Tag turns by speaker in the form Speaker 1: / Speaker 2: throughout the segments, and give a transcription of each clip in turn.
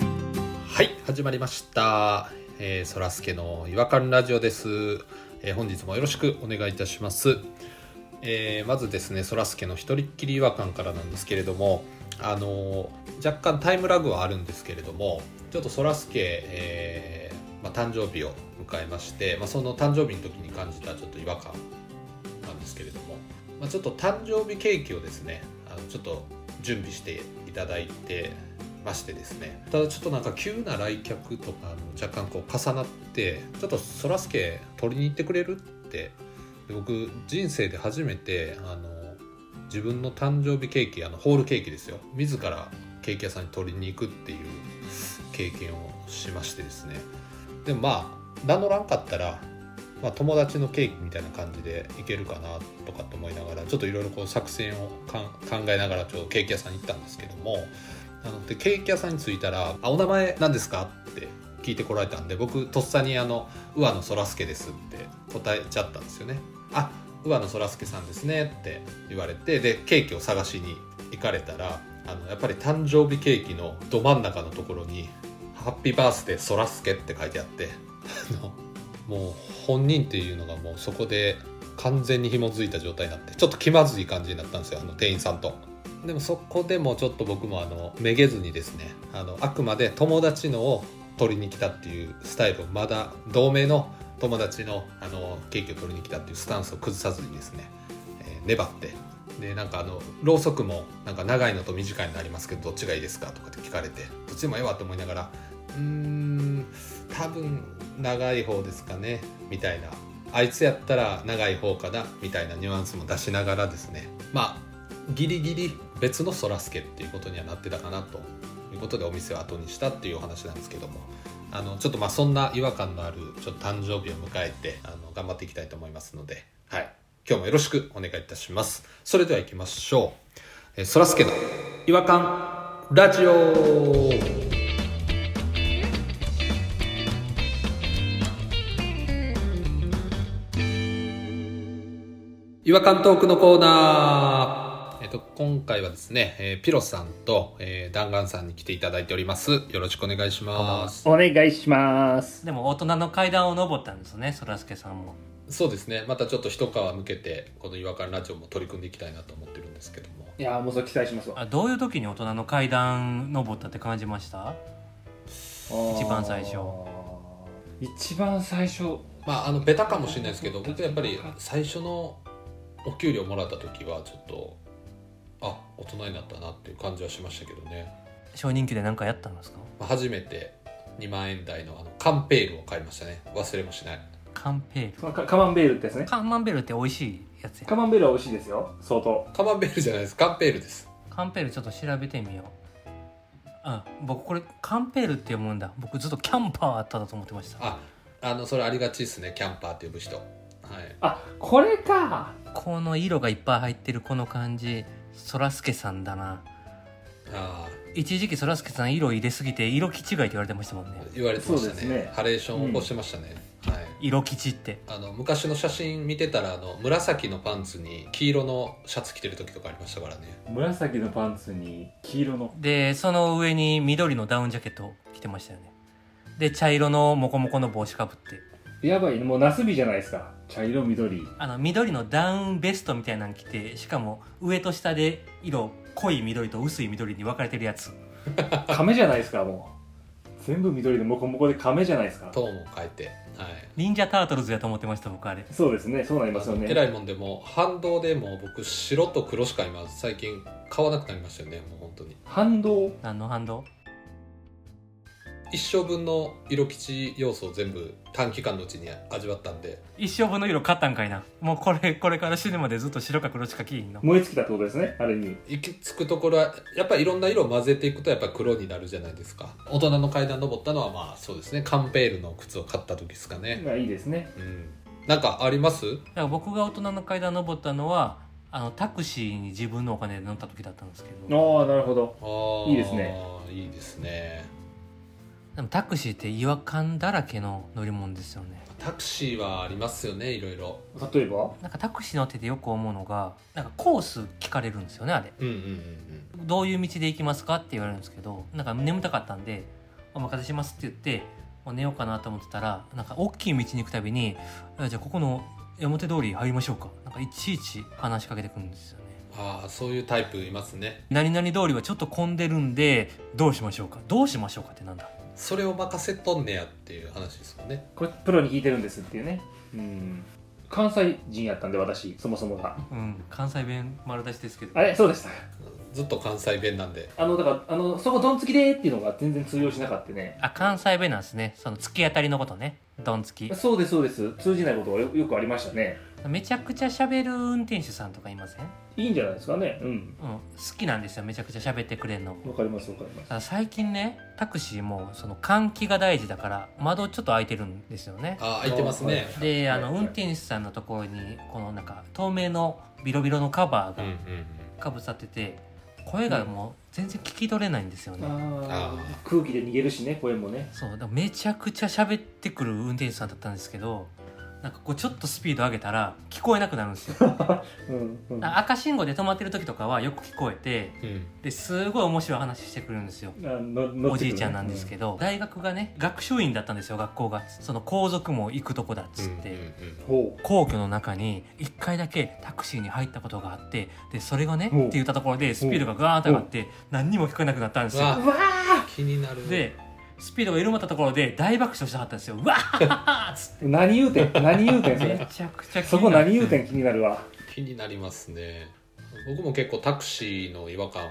Speaker 1: はい始まりましたえーそらすけの違和感ラジオです、えー本日もよろしくお願いいたしますえーまずですねそらすけの一人っきり違和感からなんですけれどもあのー若干タイムラグはあるんですけれどもちょっとそらすけ、えーまあ、誕生日を迎えまして、まあ、その誕生日の時に感じたちょっと違和感なんですけれども、まあ、ちょっと誕生日ケーキをですねあのちょっと準備していただいてましてですねただちょっとなんか急な来客とかあの若干こう重なってちょっとそらすけ取りに行ってくれるってで僕人生で初めてあの自分の誕生日ケーキあのホールケーキですよ自らケーキ屋さんに取りに行くっていう経験をしましてですねでもまあ名乗らんかったら、まあ、友達のケーキみたいな感じでいけるかなとかと思いながらちょっといろいろこう作戦をかん考えながらちょっとケーキ屋さんに行ったんですけどもあのでケーキ屋さんに着いたら「あお名前何ですか?」って聞いてこられたんで僕とっさにあの「上野そらすけです」って答えちゃったんですよね。あ上野そらすけさんですねって言われてでケーキを探しに行かれたらあのやっぱり誕生日ケーキのど真ん中のところに「ハッピーバースデーそらすけ」って書いてあってあのもう本人っていうのがもうそこで完全に紐づいた状態になってちょっと気まずい感じになったんですよあの店員さんと。でもそこでもちょっと僕もあのめげずにですねあのあくまで友達のを取りに来たっていうスタイルをまだ同盟の友達のあのケーキを取りに来たっていうスタンスを崩さずにですね、えー粘ってでなんかあのろうそくもなんか長いのと短いのありますけどどっちがいいですかとかって聞かれてどっちでもええわと思いながらうーん多分長い方ですかねみたいなあいつやったら長い方かなみたいなニュアンスも出しながらですねまあギリギリ別のそらすけっていうことにはなってたかなということでお店を後にしたっていうお話なんですけどもあのちょっとまあそんな違和感のあるちょっと誕生日を迎えてあの頑張っていきたいと思いますので、はい、今日もよろしくお願いいたしますそれでは行きましょうえーそらすけの違和感ラジオ違和感トークのコーナーえっと今回はですね、えーピロさんと、えー、弾丸さんに来ていただいておりますよろしくお願いします
Speaker 2: お願いします
Speaker 3: でも大人の階段を登ったんですねそらすけさんも
Speaker 1: そうですねまたちょっと一皮向けてこの「違和感ラジオ」も取り組んでいきたいなと思ってるんですけども
Speaker 2: いやーもうそれ期待しますわ
Speaker 3: あどういう時に大人の階段登ったって感じました一番最初
Speaker 2: あー一番最初
Speaker 1: まああのベタかもしれないですけど僕やっぱり最初のお給料もらった時はちょっとあ大人になったなっていう感じはしましたけどね
Speaker 3: 小人気で何かやったんですか
Speaker 1: まあ初めて2万円台のあの缶ペールを買いましたね忘れもしない
Speaker 3: カンペール
Speaker 2: そのカカマンベールってやつね
Speaker 3: カンマンベールって美味しいやつや
Speaker 2: カマンベールは美味しいですよ相当
Speaker 1: カマンベールじゃないです缶ペールです
Speaker 3: カンペールちょっと調べてみようあ僕これカンペールって読むんだ僕ずっとキャンパーあっただと思ってました
Speaker 1: ああのそれありがちですねキャンパーって呼ぶ人はい
Speaker 2: あこれか
Speaker 3: この色がいっぱい入ってるこの感じそらすけさんだな
Speaker 1: ああ
Speaker 3: 一時期そらすけさん色入れすぎて色気違いって言われてましたもんね
Speaker 1: 言われてました
Speaker 2: そうで
Speaker 1: ね
Speaker 2: すね
Speaker 1: ハレーションを起こしてましたね、はい
Speaker 3: 色吉って
Speaker 1: あの昔の写真見てたらあの紫のパンツに黄色のシャツ着てる時とかありましたからね
Speaker 2: 紫のパンツに黄色の
Speaker 3: でその上に緑のダウンジャケットを着てましたよねで茶色のモコモコの帽子かぶって
Speaker 2: やばいもうナスビじゃないですか茶色緑
Speaker 3: あの緑のダウンベストみたいなの着てしかも上と下で色濃い緑と薄い緑に分かれてるやつ
Speaker 2: 亀じゃないですかもう全部緑でモコモコで亀じゃないですか
Speaker 1: トーンを変えて、はい
Speaker 3: 忍者タートルズやと思ってました僕あれ
Speaker 2: そうですねそうなりますよ
Speaker 1: えら
Speaker 2: ね
Speaker 1: いもんでもう反動でもう僕白と黒しか今最近買わなくなりましたよねもう本当に
Speaker 2: 反動
Speaker 3: 何の反動
Speaker 1: 一生分の色吉要素を全部短期間のうちに味わったんで
Speaker 3: 一生分の色買ったんかいなもうこれこれから死ぬまでずっと白か黒しか着いひんの
Speaker 2: 燃え尽きたってことですねあれに
Speaker 1: 行き着くところはやっぱりいろんな色を混ぜていくとやっぱり黒になるじゃないですか大人の階段登ったのはまあそうですねカンペールの靴を買った時ですかね
Speaker 2: まあいいですね
Speaker 1: うんなんかあります
Speaker 3: だから僕が大人の階段登ったのはあのタクシーに自分のお金で乗った時だったんですけど
Speaker 2: ああなるほど
Speaker 1: あー
Speaker 2: いいですね
Speaker 1: いいですね
Speaker 3: でもタクシーって違和感だらけの乗り物ですよね
Speaker 1: タクシーはありますよねいろいろ
Speaker 2: 例えば
Speaker 3: なんかタクシー乗っててよく思うのがなんかコース聞かれるんですよねあれ
Speaker 1: うんうんうん
Speaker 3: どういう道で行きますかって言われるんですけどなんか眠たかったんでお任せします」って言ってまあ寝ようかなと思ってたらなんか大きい道に行くたびに「あじゃあここの表通り入りましょうか」なんかいちいち話しかけてくるんですよね。
Speaker 1: ああそういうタイプいますね
Speaker 3: 何々通りはちょっと混んでるんでどうしましょうかどうしましょうかってなんだ
Speaker 1: それを任せとんねやっていう話ですもんね
Speaker 2: これプロに聞いてるんですっていうねうん関西人やったんで私そもそもが
Speaker 3: うん関西弁丸出しですけど
Speaker 2: あれそうでした
Speaker 1: ずっと関西弁なんで
Speaker 2: あのだからあのそこドンつきでーっていうのが全然通用しなかったね
Speaker 3: あ関西弁なんですねその突き当たりのことねドンつき
Speaker 2: そうですそうです通じないことがよよくありましたね
Speaker 3: めちゃくちゃ喋る運転手さんとかいません、
Speaker 2: いいんじゃないですかねうん
Speaker 3: うん、好きなんですよめちゃくちゃ喋ってくれるの
Speaker 2: わかりますわかります
Speaker 3: ただ最近ねタクシーもその換気が大事だから窓ちょっと開いてるんですよね
Speaker 1: ああ空いてますね
Speaker 3: であの
Speaker 2: はい
Speaker 3: 運転手さんのところにこのなんか透明のビロビロのカバー
Speaker 1: うん
Speaker 3: がかぶさってて声がもう全然聞き取れないんですよね、
Speaker 2: あ
Speaker 1: あ
Speaker 2: ー空気で逃げるしね声もね
Speaker 3: そうだからめちゃくちゃ喋ってくる運転手さんだったんですけどなんかこうちょっとスピード上げたら聞こえなくなるんですよだか
Speaker 2: うんうん
Speaker 3: ら赤信号で止まってる時とかはよく聞こえて
Speaker 1: うんうん
Speaker 3: ですごい面白い話してくるんですよ
Speaker 2: あの乗
Speaker 3: お
Speaker 2: ってくるね
Speaker 3: じいちゃんなんですけど、大学がね学習院だったんですよ学校がその皇族も行くとこだっつって、
Speaker 1: うん
Speaker 2: うんほ
Speaker 3: 皇居の中に1回だけタクシーに入ったことがあってでそれがねっ
Speaker 2: おう
Speaker 3: て言ったところでスピードがガーンと上がって何にも聞こえなくなったんです
Speaker 1: う
Speaker 3: よ
Speaker 1: わ
Speaker 2: ううわー
Speaker 1: 気になる
Speaker 3: でスピードが緩まったところで大爆笑したかったんですようわーっつっ
Speaker 2: 何言うてん何言うて
Speaker 3: て
Speaker 2: んそ
Speaker 3: め
Speaker 2: れ
Speaker 3: ちゃくちゃ気になって
Speaker 2: そこ何言うてん気になるわ
Speaker 1: 気になりますね僕も結構タクシーの違和感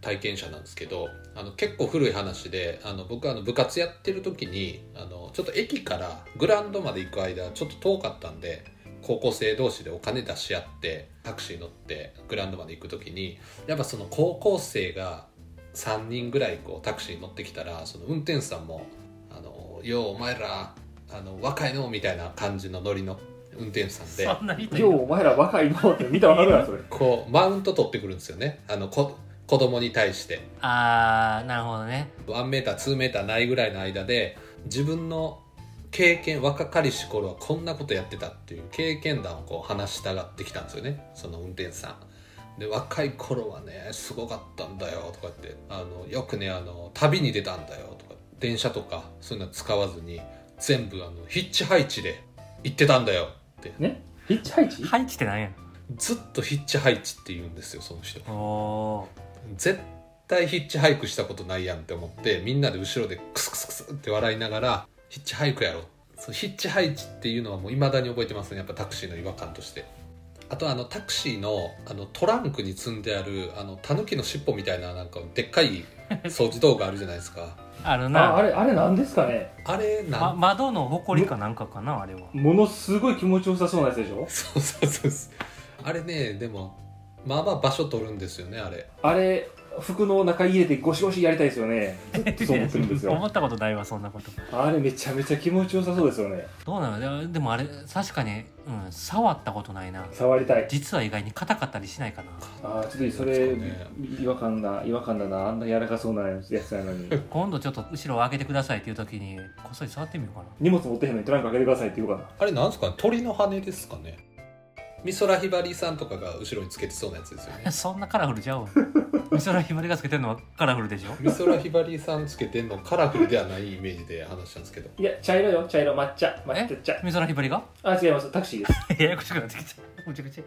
Speaker 1: 体験者なんですけどあの結構古い話であの僕はあの部活やってる時にあのちょっと駅からグラウンドまで行く間ちょっと遠かったんで高校生同士でお金出し合ってタクシー乗ってグラウンドまで行く時にやっぱその高校生が3人ぐらいこうタクシーに乗ってきたらその運転手さんも「あのようお前らあの若いの」みたいな感じのノリの運転手さんで。
Speaker 3: そんな人い
Speaker 2: よ
Speaker 3: る
Speaker 2: うお前ら若いのって見たらわかるわそれ
Speaker 1: こうマウント取ってくるんですよねあのこ子供に対して
Speaker 3: あーなるほどね
Speaker 1: 1メーター2メーターないぐらいの間で自分の経験若かりし頃はこんなことやってたっていう経験談をこう話したがってきたんですよねその運転手さんで若い頃はねすごかったんだよとかってあのよくねあの旅に出たんだよとか電車とかそういうのは使わずに全部あのヒッチハイチで行ってたんだよって
Speaker 2: ねヒッチハイチ
Speaker 3: 配置って何や
Speaker 1: ずっとヒッチハイチって言うんですよその人
Speaker 3: おお
Speaker 1: 絶対ヒッチハイクしたことないやんって思ってみんなで後ろでクスクスクスって笑いながらヒッチハイクやろそうヒッチハイチっていうのはもう未だに覚えてますねやっぱタクシーの違和感としてあとあのタクシーのあのトランクに積んであるあのタヌキの尻尾みたいななんかでっかい掃除道具あるじゃないですか
Speaker 3: ーある
Speaker 2: ああ
Speaker 3: な
Speaker 2: れあれなんですかね
Speaker 1: あれなん、
Speaker 3: ま、窓のほこりかなんかかなあれは
Speaker 2: ものすごい気持ちよさそうなやつでしょ
Speaker 1: そうそうそうそうあれねでもまあまあ場所取るんですよねあれ
Speaker 2: あれ服の中入れてゴシゴシやりたいですよね ずっとそう思ってるんで す
Speaker 3: 思
Speaker 2: よ
Speaker 3: ったことないわそんなこと
Speaker 2: あれめちゃめちゃ気持ちよさそうですよね
Speaker 3: どうなのいやでもあれ確かに、うん、触ったことないな
Speaker 2: 触りたい
Speaker 3: 実は意外に硬かったりしないかな
Speaker 2: あーちょっとそ
Speaker 1: そ
Speaker 2: れ
Speaker 1: うね
Speaker 2: 違和感だ違和感だなあんな柔らかそうなやつなのに
Speaker 3: 今度ちょっと後ろを上げてくださいっていう時にこっそり触ってみようかな
Speaker 2: 荷物持ってへんのにトランク開けてくださいって言うか
Speaker 1: あれなんですかね鳥の羽ですかね美空ひばりさんとかが後ろにつけてそうなやつですよね
Speaker 3: いやそんなカラフル じゃん美空ひばりがつけてるのはカラフルでしょ
Speaker 1: 美空ひばりさんつけてんのカラフルではないイメージで話したんですけど
Speaker 2: ないや茶色よ茶色抹茶
Speaker 3: 抹
Speaker 2: 茶
Speaker 3: 美空ひばりが
Speaker 2: あ違いますタクシーです
Speaker 3: ややこしくなってきたむちゃくちゃ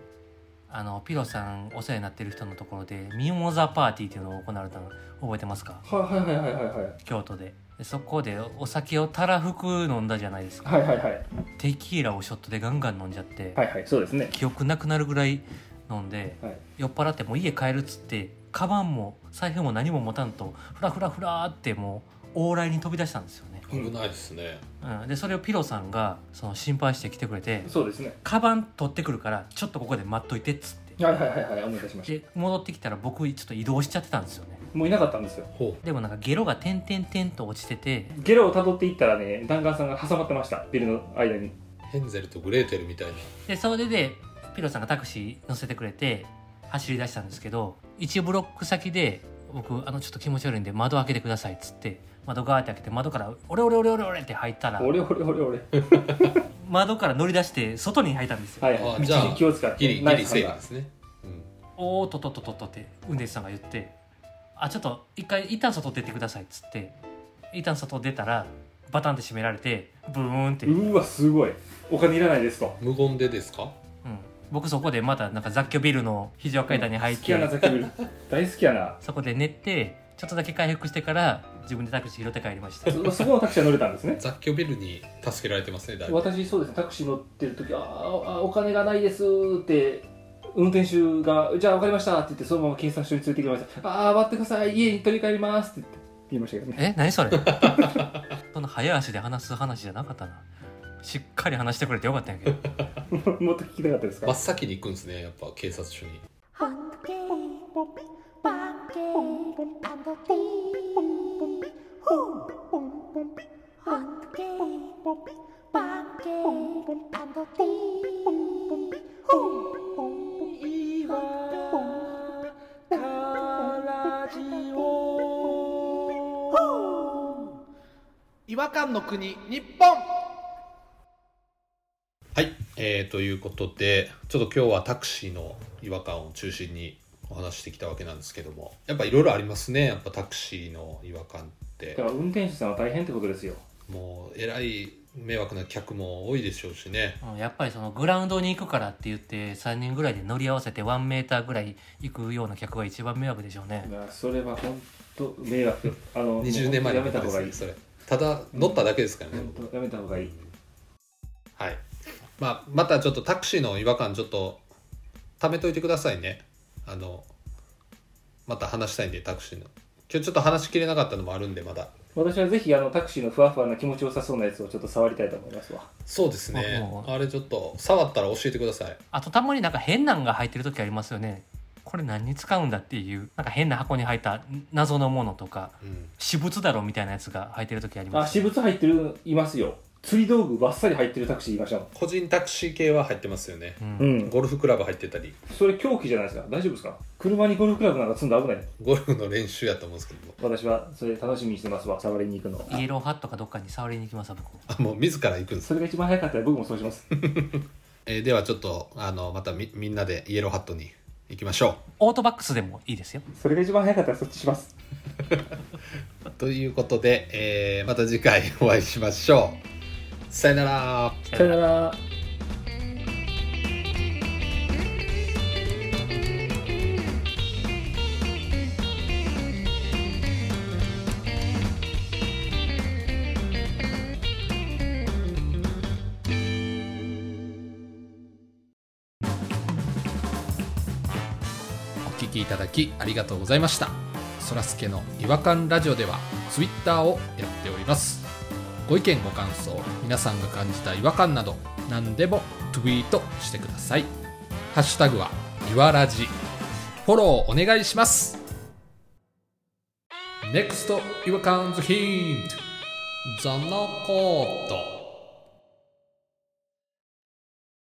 Speaker 3: あのピロさんお世話になってる人のところでミモザパーティーっていうのを行われたの覚えてますか
Speaker 2: はいはいはいはいはい
Speaker 3: 京都ででそこでお酒をたらふく飲んだじゃないですか
Speaker 2: はいはいはい
Speaker 3: テキーラをショットでガンガン飲んじゃって、
Speaker 2: はいはいそうですね
Speaker 3: 記憶なくなるぐらい飲んで
Speaker 2: はい
Speaker 3: 酔っ払ってもう家帰るっつってカバンも財布も何も持たんとフラフラフラーってもう往来に飛び出したんですよね、
Speaker 1: 危ないですね、
Speaker 3: うん、でそれをピロさんがその心配して来てくれて
Speaker 2: そうですね
Speaker 3: 「カバン取ってくるからちょっとここで待っといて」っつって
Speaker 2: はいはいはいはい思い出しまし
Speaker 3: で戻ってきたら僕ちょっと移動しちゃってたんですよね
Speaker 2: たもういなかったんですよ
Speaker 1: ほ
Speaker 3: でもなんかゲロが点々点と落ちてて
Speaker 2: ゲロをたどっていったらね弾丸さんが挟まってましたビルの間に
Speaker 1: うヘンゼルとグレーテルみたいな
Speaker 3: でそれでピロさんがタクシー乗せてくれて走り出したんですけど1ブロック先で僕あのちょっと気持ち悪いんで窓開けてくださいっつって窓ガーって開けて窓から「オレオレオレオレオレ」って入ったら
Speaker 2: 俺俺俺俺
Speaker 3: 窓から乗り出して外に入ったんですよ、
Speaker 2: はいは
Speaker 1: あ
Speaker 2: い
Speaker 1: じゃあ
Speaker 2: 道に気を使って
Speaker 1: ギリギ
Speaker 2: ナイ
Speaker 1: リ
Speaker 2: スさん
Speaker 1: セー
Speaker 2: が
Speaker 1: フですね、うん、
Speaker 3: おーっとっとっとっとっとって運転手さんが言って「あちょっと一回一旦外出てください」っつって一旦外出たらバタンって閉められてブーンって、うん
Speaker 2: うわすごいお金いらないですと
Speaker 1: 無言でですか
Speaker 3: 僕そこでまたなんか雑居ビルの非常階段に入っ
Speaker 2: 好きやな
Speaker 3: て
Speaker 2: 叫び大好きやな
Speaker 3: そこで寝てちょっとだけ回復してから自分でタクシー拾って帰りました
Speaker 2: まあそこのタクシーは乗れたんですね
Speaker 1: 雑居ビルに助けられてますねだいぶ
Speaker 2: 私そうですねタクシー乗ってる時あーあお金がないですって運転手が「じゃあ分かりました」って言ってそのまま警察署に連れてきました「ああ待ってください家に取り帰ります」って言って言いましたけどね
Speaker 3: え何それ そんな早足で話す話じゃなかったなしっかり話してくれてよかったんやけど
Speaker 2: もっと聞きたかったですか
Speaker 1: 真っ先に行くんですねやっぱ警察署に
Speaker 4: Hunky,
Speaker 5: 違和感の国日本
Speaker 1: はい、えーということでちょっと今日はタクシーの違和感を中心にお話してきたわけなんですけどもやっぱいろいろありますねやっぱタクシーの違和感って
Speaker 2: だから運転手さんは大変ってことですよ
Speaker 1: もうえらい迷惑な客も多いでしょうしね
Speaker 3: うんやっぱりそのグラウンドに行くからって言って3人ぐらいで乗り合わせて1メーターぐらい行くような客が一番迷惑でしょうね
Speaker 2: いやそれは本当迷惑あの
Speaker 1: 20年前
Speaker 2: や
Speaker 1: の
Speaker 2: めた方がいい
Speaker 1: それただ乗っただけですからね、
Speaker 2: 本当やめた方がいい
Speaker 1: はい、まあ、またちょっとタクシーの違和感ちょっと貯めといてくださいねあのまた話したいんでタクシーの今日ちょっと話しきれなかったのもあるんでまだ
Speaker 2: 私はぜひあのタクシーのふわふわな気持ちよさそうなやつをちょっと触りたいと思いますわ
Speaker 1: そうですね
Speaker 3: あもう
Speaker 1: あれちょっと触ったら教えてください
Speaker 3: あとたまになんか変なんが入ってる時ありますよねこれ何に使うんだっていうなんか変な箱に入った謎のものとか
Speaker 1: うん
Speaker 3: 私物だろみたいなやつが入ってる時ありま
Speaker 2: あ
Speaker 3: す
Speaker 2: 私物入ってるいますよ釣り道具ばっさり入ってるタクシーいましたもん
Speaker 1: 個人タクシー系は入ってますよね
Speaker 3: うん
Speaker 2: うん、
Speaker 1: ゴルフクラブ入ってたり
Speaker 2: それ狂気じゃないですか大丈夫ですか車にゴルフクラブなんか積んだら危ない
Speaker 1: ゴルフの練習やと思うんですけども
Speaker 2: 私はそれ楽しみにしてますわ触りに行くの
Speaker 3: イエローハットかどっかに触りに行きますわ僕
Speaker 1: あもう自ら行くんです、
Speaker 2: それが一番早かったら僕もそうします
Speaker 1: えーではちょっとあのまたみみんなでイエローハットに行きましょ
Speaker 3: オートバックスでもいいですよ
Speaker 2: それが一番早かったらそっちします
Speaker 1: うということで、えーまた次回 お会いしましょうさよなら
Speaker 2: さよなら
Speaker 1: お聞きいただきありがとうございましたそらすけの違和感ラジオではツイッターをやっておりますご意見ご感想皆さんが感じた違和感など何でもツイートしてくださいハッシュタグはいわらじフォローお願いします NEXT 違和感ズヒントザナコート